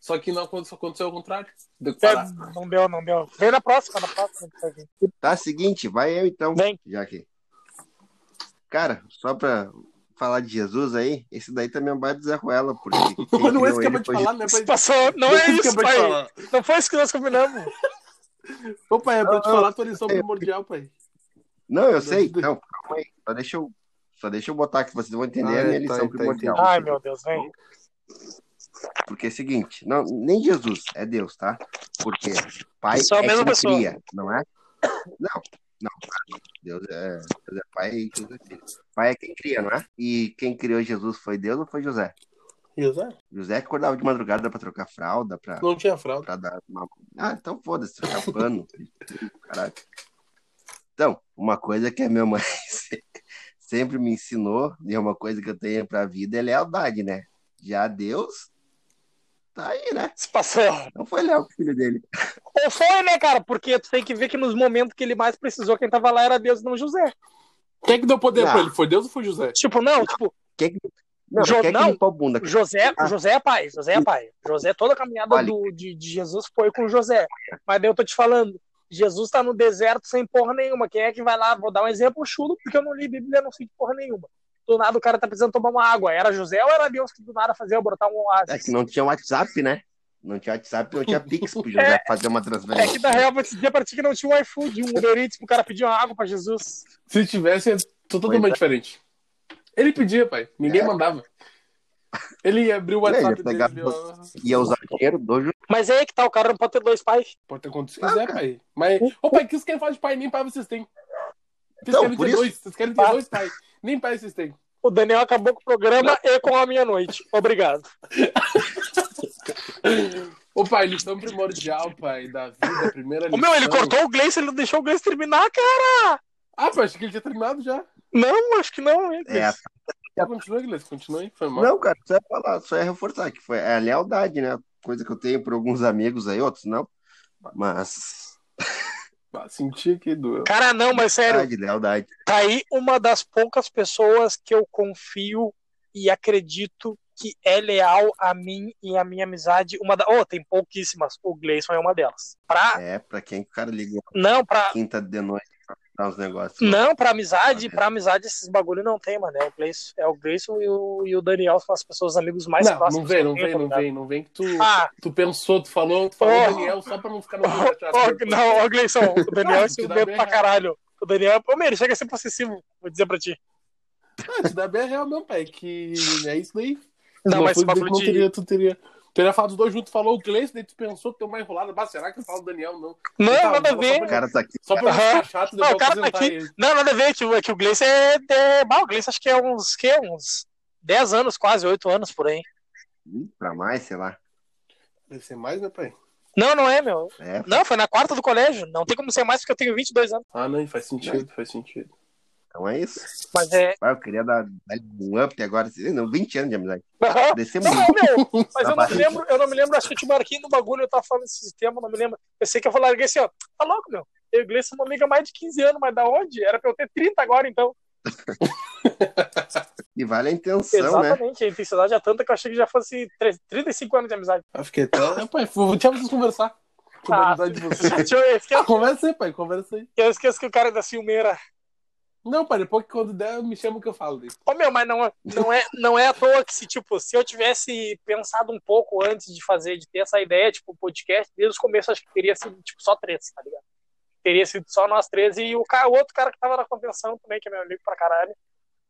Só que não aconteceu, aconteceu ao contrário. Deu que É, parar. não deu, não deu. Vem na próxima, na próxima. que vai vir. Tá, seguinte, vai eu então. Vem. Já que. Cara, só pra falar de Jesus aí, esse daí também é um baita Zé Ruela, porque. quem Mas não é criou isso que eu ele vou te foi falar, né, Se pai? passou, não Não é isso que eu isso, vou te pai. falar. Não foi isso que nós combinamos. Ô, pai, é pra te Não, falar a tua lição primordial, pai. Não, eu sei. Não, calma aí. Só deixa eu, só deixa eu botar que vocês vão entender Ah, a minha é, tá, tá, lição primordial. Ai, meu Deus, vem. Porque é o seguinte, não, nem Jesus é Deus, tá? Porque pai Só a é mesma quem pessoa. cria, não é? Não, não. Deus é, Deus é pai e Jesus é filho. Pai é quem cria, não é? E quem criou Jesus foi Deus ou foi José? José? José que acordava de madrugada pra trocar fralda, pra, Não tinha fralda. pra dar uma... Ah, então foda-se, trocar pano. Caralho. Então, uma coisa que a minha mãe se- sempre me ensinou, e é uma coisa que eu tenho pra vida, é lealdade, né? Já Deus Tá aí, né? Se passou. Não foi Léo, filho dele. Ou foi, né, cara? Porque tu tem que ver que nos momentos que ele mais precisou, quem tava lá era Deus e não José. Quem é que deu poder Não. pra ele? Foi Deus ou foi José? Tipo, não, tipo, Quem é que, não, Jo- quem é que não. limpou a bunda? José, Ah. José é pai, José é pai. José, toda a caminhada Olha. do- de, de Jesus foi com José. Mas daí eu tô te falando, Jesus tá no deserto sem porra nenhuma. Quem é que vai lá? Vou dar um exemplo chulo, porque eu não li Bíblia, não sei de porra nenhuma. Do nada o cara tá precisando tomar uma água. Era José ou era Deus que do nada fazia eu brotar um É oásis? que não tinha WhatsApp, né? Não tinha WhatsApp, não tinha Pix pro José fazer uma É transferência. que na real vou te dizer pra ti que não tinha um iFood, um Uber Eats pro cara pedir uma água pra Jesus. Se tivesse, é totalmente Pois diferente. Ele pedia, pai. Ninguém É. mandava. Ele ia abrir o Né, WhatsApp dele. ia pegar- ele, ó, Ia usar dinheiro do José. Mas é aí que tá, o cara não pode ter dois pais. Pode ter quanto você Ah, quiser, cara. pai. Mas. Ô, pai, o que vocês querem falar de pai? Nem pai vocês têm. Vocês Então, querem por ter isso- dois. Vocês querem ter Ah. dois pais. Nem pai vocês têm. O Daniel acabou com o programa e com a minha noite. Obrigado. Ô, pai, lição primordial, pai, da vida, primeira Ô lição. meu, ele cortou o Gleice, ele não deixou o Gleice terminar, cara. Ah, pai, achei que ele tinha terminado já. Não, acho que não. hein, Gleice? É, Continua, Guilherme, continua aí. Foi mal. não, cara, só ia falar, só ia reforçar que foi a lealdade, né? Coisa que eu tenho por alguns amigos aí, outros não. Mas. Ah, senti que doeu. Cara, não, mas sério, Lealdade, lealdade. tá aí uma das poucas pessoas que eu confio e acredito que é leal a mim e à minha amizade. Uma da... Oh, tem pouquíssimas, o Gleison é uma delas. Pra... É, pra quem que o cara liga Não, pra... quinta de noite pra dar uns negócios. não, pra amizade, pra amizade esses bagulho não tem, mano. É o Gleison, é o Gleison e, o... e o Daniel são as pessoas, amigos mais não, próximos. não vem, não que eu vem, tenho, não tá ligado? vem, não vem que tu, Ah, tu pensou, tu falou, tu falou Oh. Daniel só pra não ficar no meio da ó, chave. Ah, não, ó, Gleison, o Daniel é Não, te dá ciumento bem pra errado. caralho. O Daniel, ô, meu, ele chega a ser possessivo, vou dizer pra ti. Ah, te dá bem a real mesmo, pai, que é isso daí. Não, mas esse foi, bagulho não de... teria, tu teria... Tu teria falado os dois juntos, falou o Gleison, daí tu pensou que tem uma enrolada. Bah, será que eu falo o Daniel? Não. Não, Tá, nada a só ver. O cara tá aqui. Só pra não Aham. ficar chato, daí Não, eu o cara tá apresentar aqui. ele. Não, nada a ver, que, o- que o Gleice é. é bah, o Gleice acho que é uns, que, uns 10 anos, quase 8 anos por aí. Ih, hum, Pra mais, sei lá. Deve ser mais, né, pai? Não, não é, meu. É, Não, foi na quarta do colégio. Não tem como ser mais porque eu tenho 22 anos. Ah, não, faz sentido, faz sentido. então é isso. Mas é. Ah, eu queria dar, dar um up agora. assim, Não, 20 anos de amizade. Aham. Descer Não, é, muito. meu, mas eu não me Trabalho. lembro, eu não me lembro, acho que eu te marquei no bagulho, eu tava falando esse sistema, não me lembro. Eu sei que eu falei, larguei assim, ó, tá louco, meu. Eu e o Gleice somos amiga há mais de 15 anos, mas da onde? Era pra eu ter 30 agora, então. E vale a intenção, né? Exatamente, a intensidade é tanta que eu achei que já fosse 3- 35 anos de amizade. Ah, fiquei até... Ah, pai, vou deixar vocês conversar. Com a Ah. amizade de vocês. Deixa eu- eu esqueço- Conversa aí, pai, conversa aí. eu esqueço que o cara é da ciumeira. Não, pai, depois que quando der, me chama que eu falo dele. Ô, meu, mas não, não, é, não é à toa que se, tipo, se eu tivesse pensado um pouco antes de fazer, de ter essa ideia, tipo, podcast, desde o começo acho que teria sido, tipo, só três, tá ligado? Teria sido só nós três e o, ca- o outro cara que tava na convenção também, que é meu amigo pra caralho,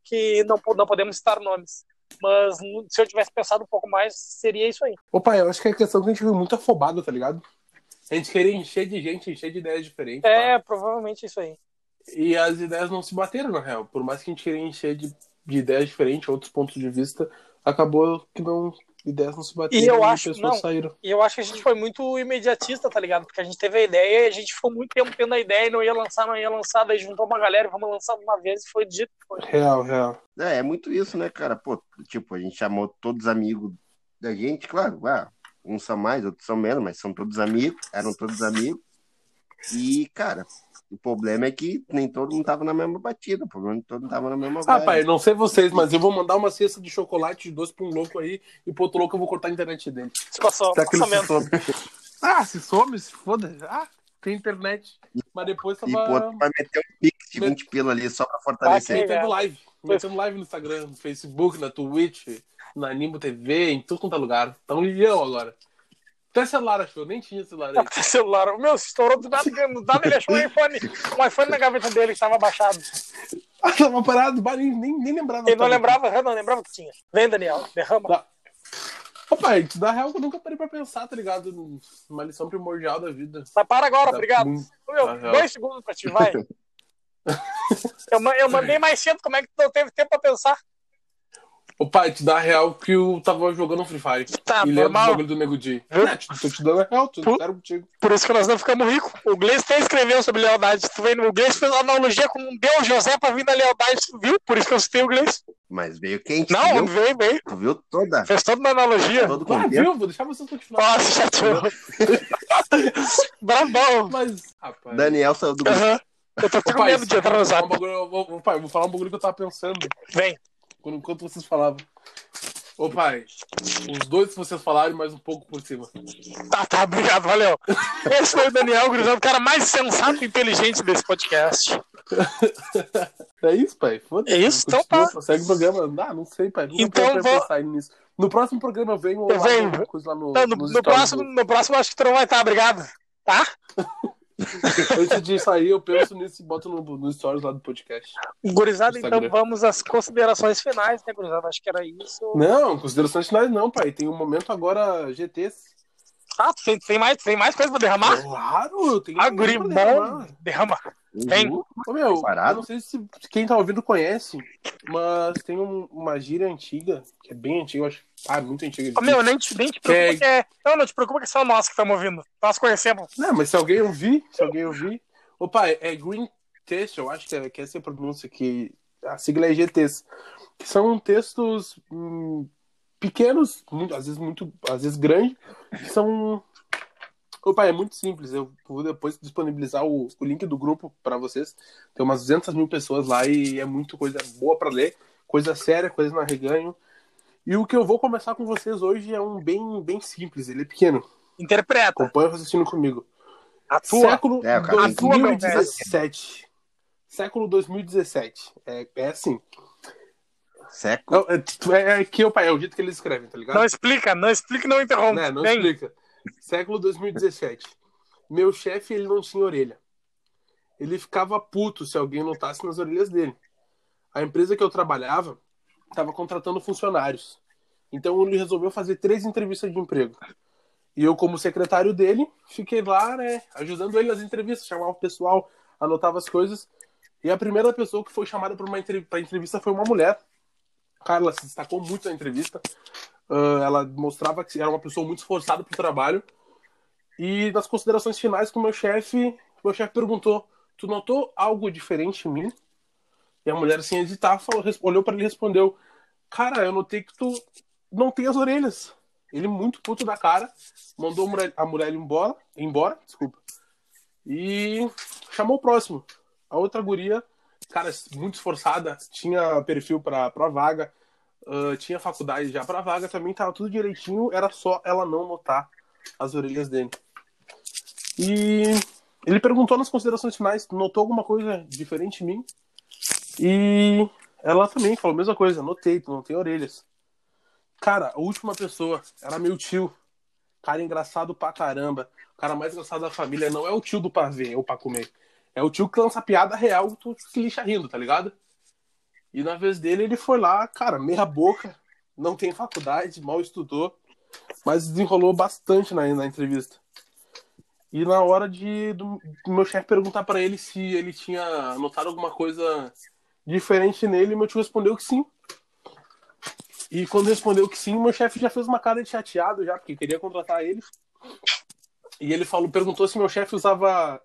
que não, po- não podemos citar nomes. Mas n- se eu tivesse pensado um pouco mais, seria isso aí. Ô, pai, eu acho que é a questão que a gente foi muito afobado, tá ligado? A gente queria encher de gente, encher de ideias diferentes. pá. É, provavelmente isso aí. E as ideias não se bateram, na real. Por mais que a gente queria encher de, de ideias diferentes, outros pontos de vista, acabou que não. Ideias não se bateram E eu acho- pessoas não. saíram. E eu acho que a gente foi muito imediatista, tá ligado? Porque a gente teve a ideia e a gente ficou muito tempo tendo a ideia e não ia lançar, não ia lançar, daí juntou uma galera e vamos lançar de uma vez e foi dito. Foi. Real, real. É, é muito isso, né, cara? Pô, tipo, a gente chamou todos amigos da gente, claro, ah, uns são mais, outros são menos, mas são todos amigos, eram todos amigos. E, cara, o problema é que nem todo mundo tava na mesma batida, o problema é que todo mundo tava na mesma Ah, vibe. pai, não sei vocês, mas eu vou mandar uma cesta de chocolate de doce pra um louco aí e pro outro louco eu vou cortar a internet dele. Passou, Será que ele passou se mesmo. some? Ah, se some, se foda. Ah, tem internet. Mas depois E pô, tava é. vai meter um pique de 20 pila ali só pra Ah, fortalecer. que- metendo live. Metendo live no Instagram, no Facebook, na Twitch, na Animo TV, em tudo quanto é lugar. Tá um milhão agora. Até celular achou, eu nem tinha celular aí. Até celular. O meu estourou do nada, do nada ele achou um iPhone, um iPhone na gaveta dele que estava baixado. Ah, tava parado, bah, nem, nem, nem lembrava. Ele não Tava- lembrava, eu não lembrava que tinha. Vem, Daniel, derrama. Ô, pai, tu dá real que eu nunca parei pra pensar, tá ligado? Uma lição primordial da vida. Mas para agora, Dá obrigado. muito. Meu, Aham. dois segundos pra ti, vai. Eu, ma- eu mandei mais cedo, como é que tu não teve tempo pra pensar? Ô pai, te dá a real que eu tava jogando Free Fire. Tá, e lembra do normal. bagulho do Nego Di. Viu? Não, tô te dando a real, tô Por- quero um contigo. Por isso que nós não ficamos ricos. O Gleice até escreveu sobre lealdade. Tu vendo? O Gleice fez uma analogia com um Deus José pra vir da lealdade, tu viu? Por isso que eu citei o Gleice. Mas veio quente, tu Não, viu? veio, veio. Tu viu toda, Fez toda uma analogia. todo o Ah, contexto. viu? Vou deixar vocês continuar. Nossa, chateou. Brabão. Mas, rapaz. Daniel saiu do grupo. Aham. Eu tô Ô, com pai, medo de entrar no falar zap. um bagulho, eu vou, pai, eu vou falar um bagulho que eu tava pensando Vem. quando, enquanto vocês falavam. Ô pai, os dois que vocês falaram, mais um pouco por cima. Tá, tá, obrigado, valeu. Esse foi o Daniel Grisão, o cara mais sensato e inteligente desse podcast. É isso, pai. É Foda-se. isso? Então Continua, tá. só Segue o programa. Ah, não sei, pai. Nunca Então parei pra vou- pensar nisso. No próximo programa eu venho. Eu lá, venho. alguma coisa lá no, Não, no, nos no stories próximo, no próximo acho que tu não vai estar, obrigado. Tá? do- Antes de sair, eu penso nisso e boto no, no stories lá do podcast. Gurizada, então Instagram. vamos às considerações finais, né, Gurizada? Acho que era isso. Não, considerações finais não, pai. Tem um momento agora GTs. Ah, tu tem, tem mais, tem mais coisa pra derramar? Claro, eu tenho um momento pra Agrimão, derramar. derrama. Vem. Uhum. Ô, meu, Parado. eu não sei se quem tá ouvindo conhece, mas tem um- uma gíria antiga, que é bem antiga, eu acho. Ah, muito antiga. Ô, meu, nem te, nem te preocupa Que- que é... Não, não te preocupa que é só nós que estamos ouvindo. Nós conhecemos. Não, mas se alguém ouvir, se alguém ouvir. Ô, pai, é Green Text, eu acho que, é, que essa é a pronúncia, que a sigla é GTs. Que são textos hum, pequenos, muito- às vezes muito, às vezes grandes, que são. Ô, pai, é muito simples. Eu vou depois disponibilizar o, o link do grupo pra vocês. Tem umas 200 mil pessoas lá e é muito coisa boa pra ler, coisa séria, coisa na reganho. E o que eu vou começar com vocês hoje é um bem, bem simples, ele é pequeno. Interpreta. Acompanha o raciocínio comigo. Atua. Século É, o cara tem que- Atua, meu 2017. Século 2017. É, é assim. Seco. Não, é, tu- é, é que o pai, é o jeito que eles escrevem, tá ligado? Não explica, não explica e não interrompe. Né, não Vem. explica. Século 2017. Meu chefe, ele não tinha orelha. Ele ficava puto se alguém notasse nas orelhas dele. A empresa que eu trabalhava estava contratando funcionários. Então ele resolveu fazer três entrevistas de emprego. E eu, como secretário dele, fiquei lá, né, ajudando ele nas entrevistas, chamava o pessoal, anotava as coisas. E a primeira pessoa que foi chamada para uma entrev- pra entrevista foi uma mulher. Carla se destacou muito na entrevista. Ah, ela mostrava que era uma pessoa muito esforçada pro trabalho. E nas considerações finais com o meu chefe, meu chefe perguntou: "Tu notou algo diferente em mim?" E a mulher sem hesitar falou, res- olhou para ele e respondeu: "Cara, eu notei que tu não tem as orelhas." Ele muito puto da cara, mandou a mulher- a mulher ir embora, embora, desculpa. E chamou o próximo. A outra guria, cara, muito esforçada, tinha perfil para pra vaga, ah, tinha faculdade já pra vaga também, tava tudo direitinho, era só ela não notar as orelhas dele. E ele perguntou nas considerações finais, notou alguma coisa diferente em mim? E ela também falou a mesma coisa, notei, tu não tem orelhas. Cara, a última pessoa era meu tio. Cara engraçado pra caramba. O cara mais engraçado da família não é o tio do pavê ou pra comer. É o tio que lança piada real e tu se lixa rindo, tá ligado? E na vez dele, ele foi lá, cara, meia boca, não tem faculdade, mal estudou, mas desenrolou bastante na, na entrevista. E na hora de do, do meu chefe perguntar pra ele se ele tinha notado alguma coisa diferente nele, meu tio respondeu que sim. E quando respondeu que sim, meu chefe já fez uma cara de chateado já, porque queria contratar ele. E ele falou, perguntou se meu chefe usava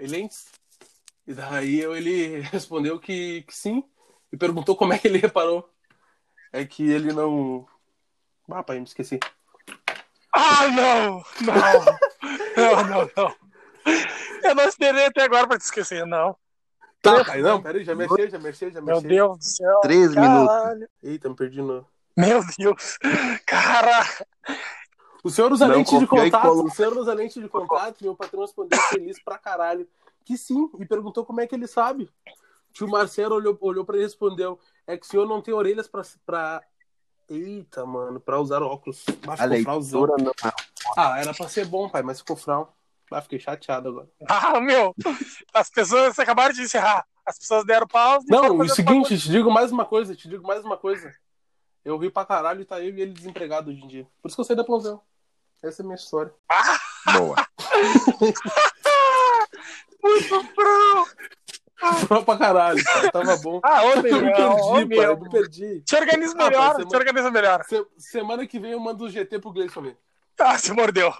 lentes. E daí eu- ele respondeu que, que sim e perguntou como é que ele reparou. É que ele não. Ah, pai, me esqueci. Ah, não! Não! não, não, não. Eu não esperei até agora pra te esquecer, não. Tá, pai, não, peraí, já mexeu, já mexeu, já Meu mexeu. Deus do céu. Três minutos. Caralho. Eita, me perdi no. Meu Deus. Cara, O senhor usa Não, lente de copiou e contato, colou. o senhor usa lente de contato, meu patrão respondeu feliz pra caralho. Que sim, e perguntou como é que ele sabe. Tio Marcelo olhou, olhou pra ele e respondeu: É que o senhor não tem orelhas pra. pra... Eita, mano, pra usar óculos. Mas A ficou frauzão. leitura não. Ah, era pra ser bom, pai, mas ficou frau. Ah, fiquei chateado agora. ah, meu. As pessoas acabaram de encerrar. As pessoas deram pausa. e foram Não, o fazer seguinte, te digo mais uma coisa, te digo mais uma coisa. Eu ri pra caralho e tá eu e ele desempregado hoje em dia. Por isso que eu saí da Plantão. Essa é a minha história. Boa. outra coisa. Muito bom. Foi pra caralho, cara. Tava bom. Ah, ô meu, Eu me perdi, ô pai. Eu meu. me perdi. Se organiza Ah, melhor, pode ser se organiza melhor. Se- semana que vem eu mando o GT pro Gleison ver. Ah, se mordeu.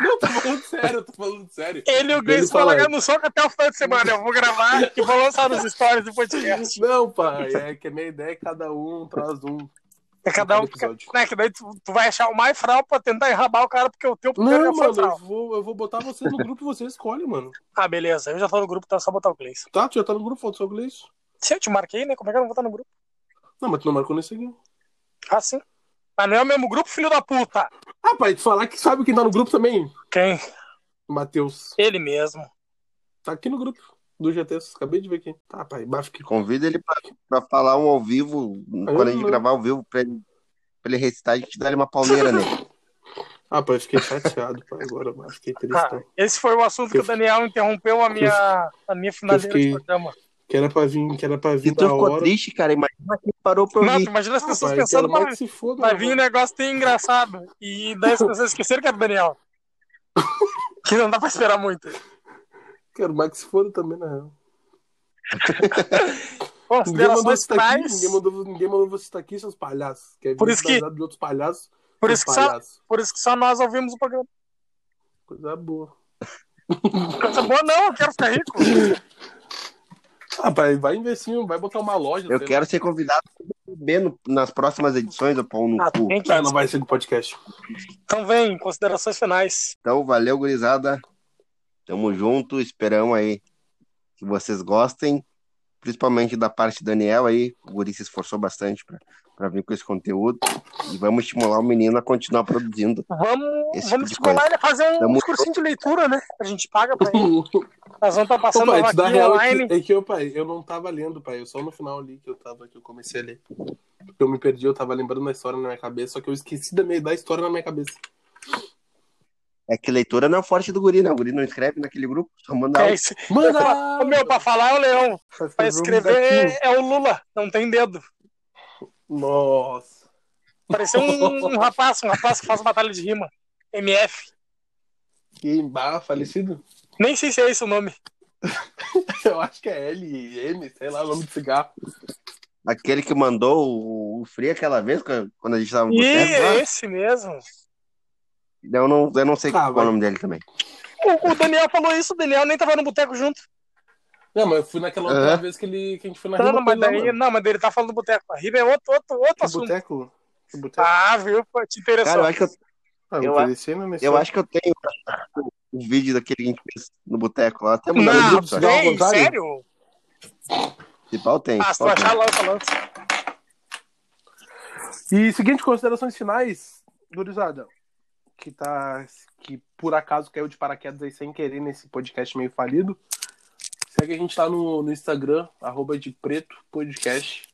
Não, tô falando sério, tô falando sério. Ele e o Gleison vão fala- largar no soco até o final de semana. Eu vou gravar e vou lançar nos stories do podcast. Não, pai, é que a minha ideia é cada um traz um. É cada um. Cada episódio. Né, que daí tu, tu vai achar o mais fral pra tentar enrabar o cara, porque o teu primeiro Não, é o mano, eu fral. vou, eu vou botar você no grupo e você escolhe, mano. Ah, beleza. Eu já tô no grupo, então é só botar o Gleison. Tá, tu já tá no grupo, falta só o Gleison. Se eu te marquei, né? Como é que eu não vou estar no grupo? Não, mas tu não marcou nesse aqui. Ah, sim. Mas não é o mesmo grupo, filho da puta. Ah, pai, tu falar que sabe quem tá no grupo também. Quem? Matheus. Ele mesmo. Tá aqui no grupo do GTS. Acabei de ver aqui. Tá, pai, bafo que. Convida ele pra, pra falar um ao vivo, quando a gente não. gravar ao vivo, pra ele, pra ele recitar, a gente dá uma palmeira nele. Ah, pai, fiquei chateado, pai, agora, mas fiquei triste. Ah, esse foi o assunto que o Daniel interrompeu a minha, a minha finaleira de fiquei- programa. Que era pra vir, que era pra vir Se Então tu da ficou hora. triste, cara, imagina quem parou pra Não, tu ouvir. imagina as Ah, pessoas pai, pensando, quero mais mas que se foda, né, vai meu vir um irmão. negócio tem engraçado. E daí as pessoas esqueceram que era o Daniel. Que não dá pra esperar muito. Quero mais que se foda também, né? na real. Ninguém Considerações mandou você tá aqui, finais. ninguém mandou, ninguém mandou você tá aqui, seus palhaços. Quer Por vir isso que- embasado de outros palhaços? Por seus isso que só- palhaços. Por isso que só nós ouvimos o programa. Coisa boa. Coisa boa, não, eu quero ficar rico. Ah, pai, vai investir, vai botar uma loja. tá Eu sei quero ser convidado pra beber no- nas próximas edições do Pão no Ah, Cu. tem lá. Ah, que. não vai ser com podcast. Então vem, considerações finais. Então, valeu, gurizada. Tamo junto, esperamos aí que vocês gostem, principalmente da parte do Daniel aí. O Guri se esforçou bastante pra, pra vir com esse conteúdo. E vamos estimular o menino a continuar produzindo. Vamos, vamos Esse tipo de estimular ele a fazer Tá um Tamo- cursinho de leitura, né? A gente paga pra ele. Ô, Nós vamos estar passando pai, tu dá aqui real é online. que, é que eu, pai, eu não tava lendo, pai. Eu só no final ali que eu tava, que eu comecei a ler. Eu me perdi, eu tava lembrando da história na minha cabeça, só que eu esqueci da, minha, da história na minha cabeça. É que leitura não é o forte do Guri, né? O Guri não escreve naquele grupo, só manda É áudio. isso. Manda! Ô, meu, pra falar é o leão. Pra escrever é o Lula. Não tem dedo. Nossa. Pareceu um, um rapaz, um rapaz que faz batalha de rima. MF. Que barra, falecido? Nem sei se é esse o nome. Eu acho que é L, M, sei lá, o nome de cigarro. Aquele que mandou o, o Free aquela vez, quando quando a gente tava no Ih, Um boteco né? lá. é esse mesmo. Eu não, eu não sei Tá, qual vai. é o nome dele também. O, o Daniel falou isso, o Daniel nem tava no boteco junto. Não, mas eu fui naquela outra Aham. vez que, ele, que a gente foi na um Não, Rima não, mas Pelé, daí, mano. não, mas ele tá falando do boteco. A rima é outro, outro, outro Que assunto. boteco? Que boteco? Ah, viu? Pô, Te interessou. tá? Cara, eu acho que eu, Ah, eu tô a- descendo nesse- eu, acho que eu tenho o, o vídeo daquele que a gente fez no boteco lá. um Até mandar no Não, grupo, só. Dá ao tem, contrário? sério? Principal tem. Ah, se tu principal tem. achar, lança, lança. E seguinte, considerações finais, gurizada, que tá que por acaso caiu de paraquedas aí sem querer nesse podcast meio falido. Segue a gente lá no, no Instagram, arroba de preto podcast.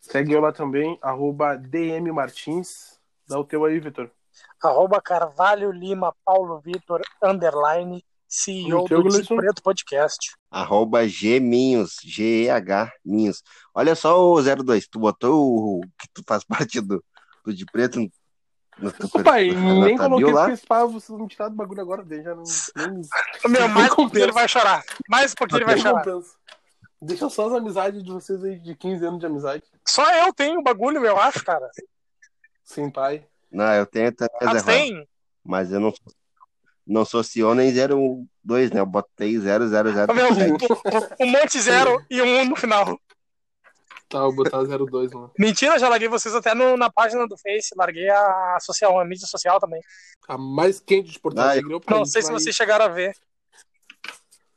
Segue eu lá também, arroba DM Martins. Dá o teu aí, Vitor. Arroba Carvalho Lima Paulo Vitor, underline, CEO Então, do De Gleison. Preto Podcast. Arroba Gminhos, G-E-H Minhos. Olha só o 02, tu botou o, o que tu faz parte do, do de preto no, no teu perfil- Pai, na nem tua coloquei bio Tá lá? porque esse pá, vocês vão me tirar do bagulho agora, daí já não. Nem... Meu, mais um pouquinho Recompensa. ele vai chorar. Mais um pouquinho ele vai nem chorar. compensa. Deixa só as amizades de vocês aí de 15 anos de amizade. Só eu tenho o bagulho, eu acho, É, cara. Sim, pai. Não, eu tenho até Ah, tu reservado. tem? Mas eu não, não sou CEO nem 02, né? Eu botei 000. Ô, meu, um, um- um monte zero e um um no final. Tá, eu vou botar 02, mano. Mentira, já larguei vocês até no- na página do Face, larguei a, social, a mídia social também. A mais quente de Porto Ah, Alegre. é o Não país, sei se mas vocês chegaram a ver.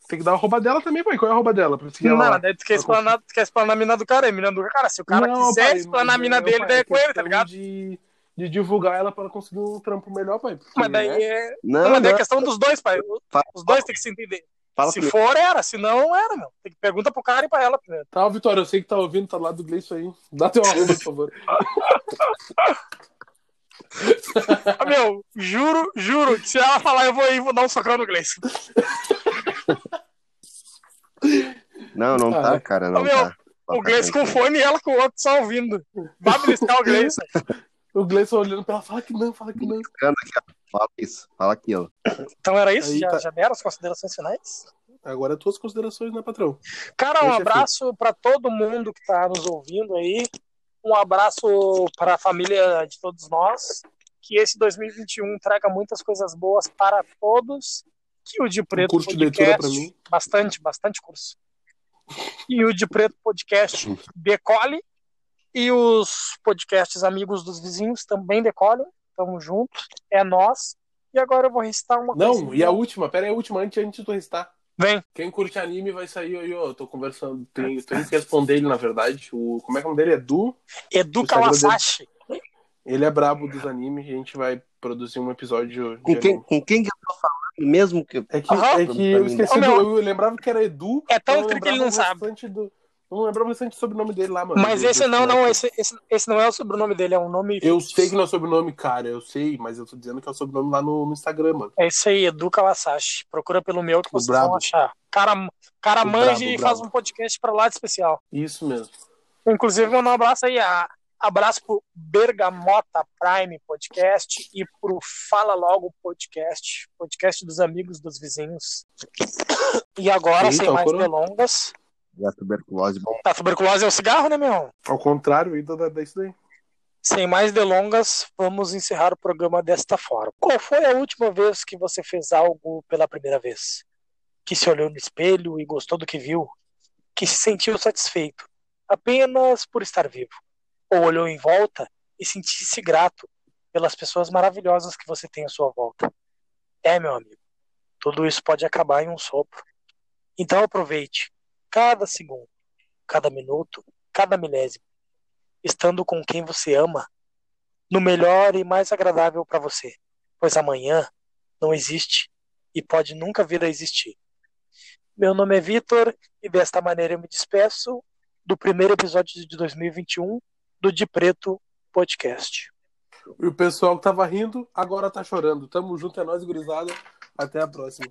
Tem que dar a rouba dela também, pai. Qual é a rouba dela? Pra seguir Não, ela lá. não, daí tu quer explanar, tu quer explanar a mina do cara, é mina do cara. Se o cara Não, quiser pai, explanar a mas mina é, dele, pai, daí é com ele, tá questão ligado? De, de divulgar ela pra ela conseguir um trampo melhor, pai. porque, Mas daí né, é. Não, Não, mas daí é não, questão dos dois, pai. Fala- Os dois têm que se entender. fala se comigo. for, era. Se não, não era, meu. Tem que pergunta pro cara e pra ela primeiro. Tá, Vitória, eu sei que tá ouvindo, tá do lado do Gleison aí. Dá teu arroba, por favor. Ah, meu, juro, juro que se ela falar, eu vou ir vou dar um socão no Gleison. não, não tá, Cara. cara, não Ô, meu, tá. O Gleison com fone e ela com o outro só ouvindo. Vai beliscar o Gleison. O Gleison olhando pra ela, fala que não, fala que não. Fala isso, fala aquilo. Então era isso? Aí já, tá. já deram as considerações finais? Agora é tuas considerações, né, patrão? Cara, um Deixa abraço pra todo mundo que tá nos ouvindo aí. Um abraço pra família de todos nós. Que esse 2021 traga muitas coisas boas para todos. Que o de Preto Um curso de leitura pra mim. bastante, bastante curso. E o de Preto podcast decole e os podcasts amigos dos vizinhos também decolem. Tamo junto, é nós. E agora eu vou recitar uma Não, coisa. e a última, pera aí, a última, antes, antes de tu restar. Vem. Quem curte anime vai sair aí, ó. Eu tô conversando. Tem, tem que responder ele, na verdade. O, como é que é o nome dele? Edu. Edu Instagram dele. Kawasaki. Ele é Hum. brabo dos animes. A gente vai produzir um episódio. Com de quem, anime. com quem que eu tô falando mesmo que. É que, Aham. é que eu esqueci. Ô, Do, meu. eu lembrava que era Edu. É tão eu tri que ele lembrava não sabe. bastante do- não lembrava bastante do sobrenome dele lá, mano. Mas Do- esse do- não, do- não, esse, esse, esse não é o sobrenome dele, é um nome. Eu sei que não é sobrenome, cara, eu sei, mas eu tô dizendo que é o sobrenome lá no, no Instagram, mano. É isso aí, Edu Kawasashi. Procura pelo meu que O vocês brabo. vão achar. Cara, cara O manja brabo, e o faz brabo. um podcast pra lá de especial. Isso mesmo. Inclusive, mandar um abraço aí. A, abraço pro Bergamota Prime Podcast e pro Fala Logo Podcast. Podcast dos amigos dos vizinhos. E agora, Eita, sem mais foram- delongas. Da tuberculose. Bom, Tá, tuberculose é o cigarro, né, meu? Ao contrário ainda da, da isso daí. Sem mais delongas, vamos encerrar o programa desta forma. Qual foi a última vez que você fez algo pela primeira vez? Que se olhou no espelho e gostou do que viu? Que se sentiu satisfeito apenas por estar vivo? Ou olhou em volta e sentiu-se grato pelas pessoas maravilhosas que você tem à sua volta? É, meu amigo, tudo isso pode acabar em um sopro. Então aproveite cada segundo, cada minuto, cada milésimo estando com quem você ama, no melhor e mais agradável para você, pois amanhã não existe e pode nunca vir a existir. Meu nome é Vitor e desta maneira eu me despeço do primeiro episódio de 2021 do De Preto Podcast. E o pessoal que tava rindo, agora tá chorando. Tamo junto, é nóis, gurizada. Até a próxima.